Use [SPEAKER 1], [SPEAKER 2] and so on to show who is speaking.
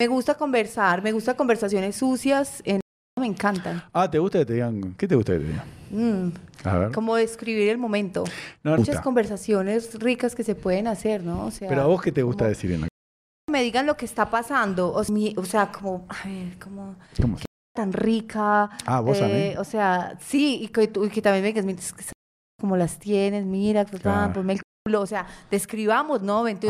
[SPEAKER 1] Me gusta conversar, me gusta conversaciones sucias, en... me encantan.
[SPEAKER 2] Ah, ¿te gusta que te digan? ¿Qué te gusta que te digan?
[SPEAKER 1] Mm,
[SPEAKER 2] A ver.
[SPEAKER 1] como describir el momento.
[SPEAKER 2] No, no,
[SPEAKER 1] Muchas
[SPEAKER 2] gusta.
[SPEAKER 1] conversaciones ricas que se pueden hacer, ¿no? O sea,
[SPEAKER 2] Pero a vos, ¿qué te gusta
[SPEAKER 1] como-
[SPEAKER 2] decir en la
[SPEAKER 1] me digan lo que está pasando. O, sea, mi- o sea, como, a ver, como
[SPEAKER 2] ¿Cómo?
[SPEAKER 1] tan rica. eh,
[SPEAKER 2] Ah, vos a mí.
[SPEAKER 1] O sea, sí, y que, tú- y que también me digas, mira, es que esas como las tienes, mira, pues, ah,
[SPEAKER 2] Claro.
[SPEAKER 1] ponme el culo. O sea, describamos, ¿no? Entonces,